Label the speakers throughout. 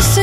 Speaker 1: ce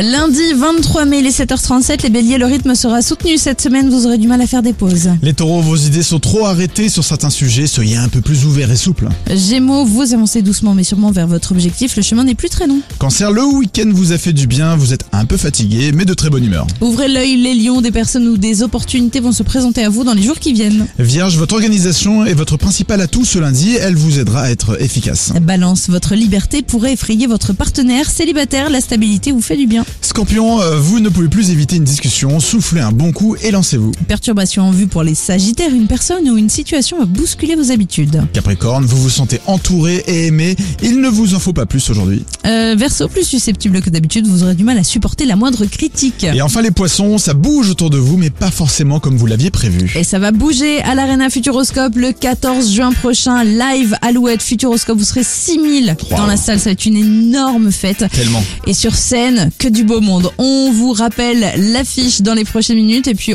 Speaker 2: Lundi 23 mai, les 7h37, les béliers, le rythme sera soutenu cette semaine, vous aurez du mal à faire des pauses.
Speaker 3: Les taureaux, vos idées sont trop arrêtées sur certains sujets, soyez un peu plus ouverts et souples.
Speaker 2: Gémeaux, vous avancez doucement mais sûrement vers votre objectif, le chemin n'est plus très long.
Speaker 3: Cancer, le week-end vous a fait du bien, vous êtes un peu fatigué, mais de très bonne humeur.
Speaker 2: Ouvrez l'œil les lions, des personnes ou des opportunités vont se présenter à vous dans les jours qui viennent.
Speaker 3: Vierge, votre organisation est votre principal atout ce lundi, elle vous aidera à être efficace.
Speaker 2: Balance, votre liberté pourrait effrayer votre partenaire célibataire, la stabilité vous fait du bien.
Speaker 3: Scorpion, euh, vous ne pouvez plus éviter une discussion, soufflez un bon coup et lancez-vous.
Speaker 2: Perturbation en vue pour les sagittaires, une personne ou une situation va bousculer vos habitudes.
Speaker 3: Capricorne, vous vous sentez entouré et aimé, il ne vous en faut pas plus aujourd'hui.
Speaker 2: Euh, verso, plus susceptible que d'habitude, vous aurez du mal à supporter la moindre critique.
Speaker 3: Et enfin les poissons, ça bouge autour de vous, mais pas forcément comme vous l'aviez prévu.
Speaker 2: Et ça va bouger à l'Arena Futuroscope le 14 juin prochain, live Alouette Futuroscope. Vous serez 6000 dans la salle, ça va être une énorme fête.
Speaker 3: Tellement.
Speaker 2: Et sur scène, que du beau monde. On vous rappelle l'affiche dans les prochaines minutes et puis